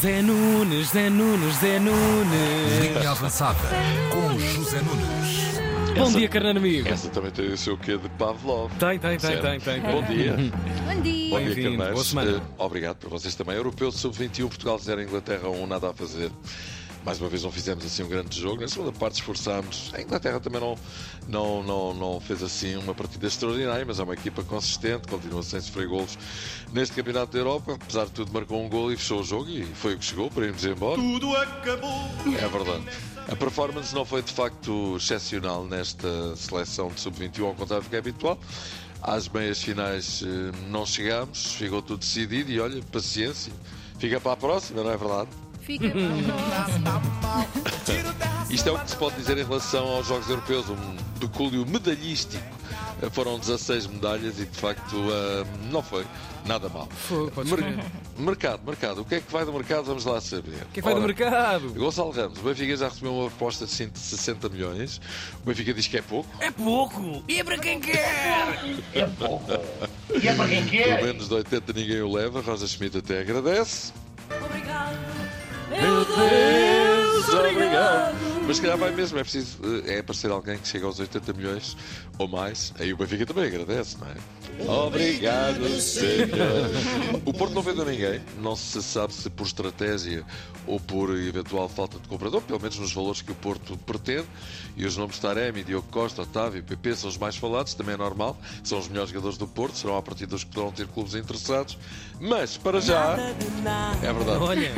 Zé Nunes, Zé Nunes, Zé Nunes. Linha avançada com José Nunes. Bom Essa- dia, carneiro amigo. Essa também tem o seu quê de Pavlov. É. Tem, tem, tem, Certo? tem, tem. Bom dia. Bom dia. Bom dia, Bem-vindo. Carneiros. Boa semana. Eh, Obrigado por vocês também. Europeu Sub-21, Portugal 0, Inglaterra 1, nada a fazer. Mais uma vez não fizemos assim um grande jogo. Na segunda parte esforçámos. A Inglaterra também não, não, não, não fez assim uma partida extraordinária, mas é uma equipa consistente, continua sem sofrer golos neste Campeonato da Europa. Apesar de tudo, marcou um gol e fechou o jogo e foi o que chegou para irmos embora. É verdade. A performance não foi de facto excepcional nesta seleção de sub-21, ao contrário do que é habitual. Às meias finais eh, não chegámos, ficou tudo decidido e olha, paciência. Fica para a próxima, não é verdade? Fica bom. Isto é o que se pode dizer em relação aos Jogos Europeus, um pecúlio medalhístico. Eh, Foram 16 medalhas e de facto eh, não foi nada mal. Fogo, podes Mer- crer. mercado, mercado. O que é que vai do mercado? Vamos lá saber. Quem vai do Ora, mercado? Gonçalo Ramos, o Benfica já recebeu uma proposta de 160 milhões. O Benfica diz que é pouco, É pouco. E é para quem quer? E é para quem pelo quer? menos de 80 ninguém o leva. Rosa Schmidt até agradece. Obrigado. Mas se calhar vai mesmo, é preciso eh, é aparecer alguém que chega aos 80 milhões ou mais. Aí o Benfica também agradece, não é? Obrigado, senhor. O Porto não vende a ninguém, não se sabe se por estratégia ou por eventual falta de comprador, pelo menos nos valores que o Porto pretende. E os nomes de Taremi, Diogo Costa, Otávio e PP são os mais falados, também é normal, são os melhores jogadores do Porto, serão a partir dos que poderão ter clubes interessados. Mas, para já, é verdade. Olha,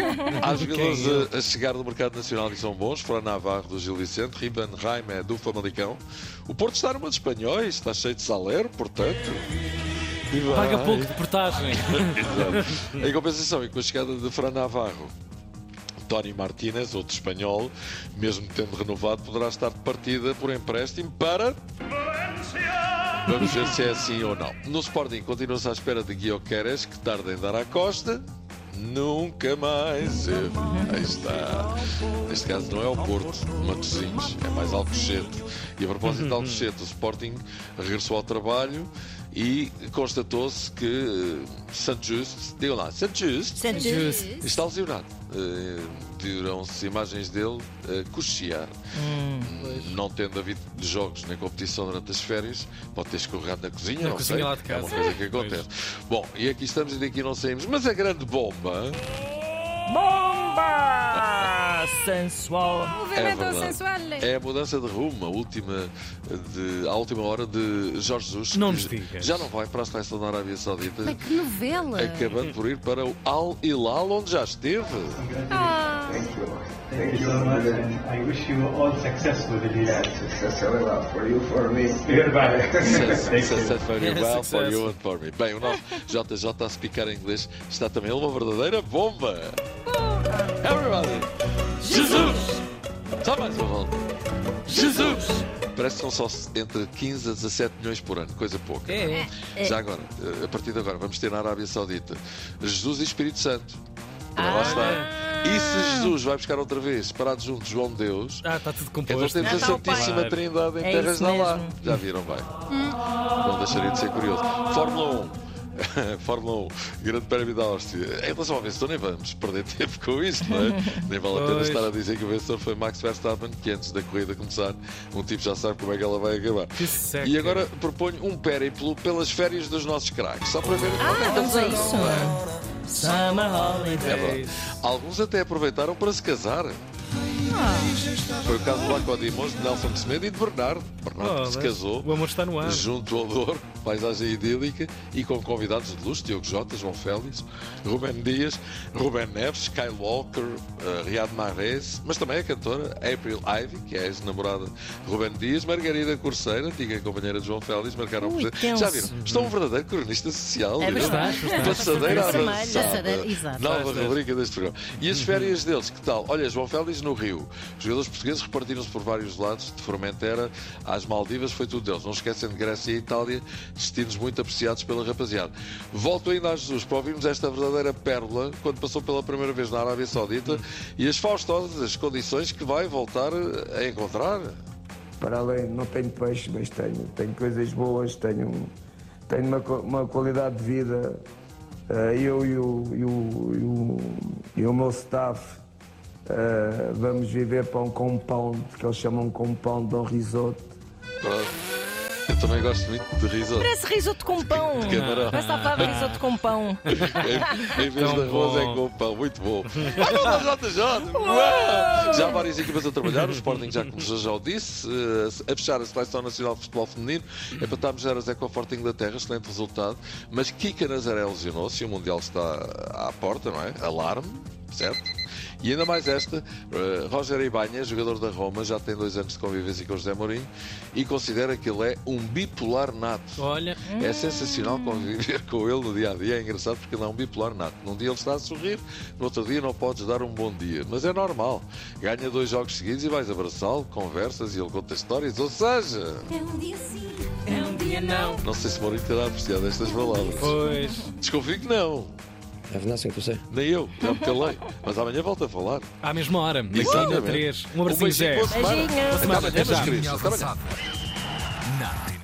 Há quem jogadores é a, a chegar do mercado nacional que são bons. Fran Navarro do Gil Vicente, Riban Raima do Famalicão. O Porto está numa de espanhóis, está cheio de salário, portanto. E vai. paga pouco de portagem. Exato. Em compensação, e com a chegada de Fran Navarro. Tony Martínez, outro espanhol, mesmo tendo renovado, poderá estar de partida por empréstimo para Vamos ver se é assim ou não. No Sporting continua-se à espera de Guioqueres, que tarda em dar à costa. Nunca mais. eu. Aí está. Neste caso não é o Porto, Matosinhos, é mais Alcochete. E a propósito de Alcochete, o Sporting regressou ao trabalho e constatou-se que eh, Santo Justo, digam lá, Santo Justo Justo. Está lesionado. Eh, Viram-se imagens dele a cochear. Hum, Hum, Não tendo havido jogos nem competição durante as férias, pode ter escorregado na cozinha, Na não cozinha sei. lá de É casa. uma coisa que acontece. Bom, e aqui estamos e daqui não saímos. Mas a grande bomba. Bomba! Sensual. Movimento é verdade. sensual. É a mudança de rumo, a última, de, a última hora de Jorge Jesus. Não que nos digas. Já não vai para a seleção da Arábia Saudita, Mas que novela. acabando por ir para o Al Hilal, onde já esteve. Ah, Thank you so much, and I wish you all success with the deal. Success a lot for you, for me. Success for you, Yeah, well, for success. you and for me. Bem, o nosso JJ a se picar em inglês está também é uma verdadeira bomba. Everybody! Jesus! Só mais uma volta. Jesus! Parece que são só entre 15 a 17 milhões por ano, coisa pouca. É, é. Já agora, eh, a partir de agora, vamos ter na Arábia Saudita Jesus e Espírito Santo. Para lá está. E se Jesus vai buscar outra vez, parado junto de João de Deus, Ah, está tudo então composto. temos a está o pai. Santíssima Claro. Trindade em É terras isso da lá. mesmo. Hum. Já viram bem. Não deixaria de ser curioso. Fórmula 1. Fórmula 1, Grande Prémio da Áustria. Em relação ao vencedor, nem vamos perder tempo com isso, não é? Nem vale a pena Pois. estar a dizer que o vencedor foi Max Verstappen, que antes da corrida começar, um tipo já sabe como é que ela vai acabar. Que seca. E agora proponho um périplo pelas férias dos nossos craques, só para ver Ah, onde é que eles andam, não é? Summer É Holiday. verdade. Alguns até aproveitaram para se casar. Ah. Foi o caso do Lacodimos, de Nelson Semedo e de Bernardo. Bernardo que se Olha, casou O amor está no ar. junto ao Douro, paisagem idílica e com convidados de luxo, Diogo Jota, João Félix, Rubén Dias, Rubén Neves, Kyle Walker, eh, Riad Marrez, mas também a cantora April Ivy, que é a ex-namorada de Rubén Dias, Margarida Corseira, antiga companheira de João Félix, marcaram Ui, presente. tenso. Já viram? Estou um verdadeiro cronista social. É viram? verdade, verdade. Passadeira Vermelho. avançada. Passadeira, exato. Nova Passadeira. rubrica deste programa. E as férias deles, que tal? Olha, João Félix no Rio. Os jogadores portugueses repartiram-se por vários lados, de Formentera às Maldivas, foi tudo deles. Não esquecem de Grécia e Itália, destinos muito apreciados pela rapaziada. Volto ainda a Jesus para ouvirmos esta verdadeira pérola quando passou pela primeira vez na Arábia Saudita e as faustosas condições que vai voltar a encontrar. Para além, não tenho peixe, mas tenho, tenho coisas boas, tenho, tenho uma, co- uma qualidade de vida Eh, Eu e o, e o- e o- e o meu staff eh, vamos viver para um compound, que eles chamam compound de um risoto. Pronto. Eu também gosto muito de risoto. Parece risoto com pão. De camarão. Parece a palavra risoto com pão. Em, em vez Tão de arroz bom. é com pão, muito bom. Olha lá, JJ! Uau! Já há várias equipas a trabalhar, o Sporting já, como já o disse, eh, a fechar a Seleção Nacional de Futebol Feminino, empatámos 0 a 0 com a Forte Inglaterra, excelente resultado, mas Kika Nazaré lesionou-se e o Mundial está à porta, não é? Alarme, certo? E ainda mais esta, eh, Roger Ibanha, jogador da Roma, já tem dois anos de convivência com José Mourinho e considera que ele é um bipolar nato. Olha, É sensacional conviver com ele no dia a dia. É engraçado porque ele é um bipolar nato. Num dia ele está a sorrir, no outro dia não podes dar um bom dia. Mas é normal. Ganha dois jogos seguidos e vais abraçá-lo, conversas e ele conta histórias. Ou seja, É um dia sim, é um dia não. não sei se Mourinho terá apreciado estas palavras. pois. Desconfio que não. É verdade, sim, tu sei. Nem eu, já me calei. Mas amanhã volto a falar. À mesma hora, daqui a Exatamente. três. Um abracinho, beijinho Zé. para a semana. Beijinho. Até amanhã, Até já. meus queridos. Até amanhã. avançada. Na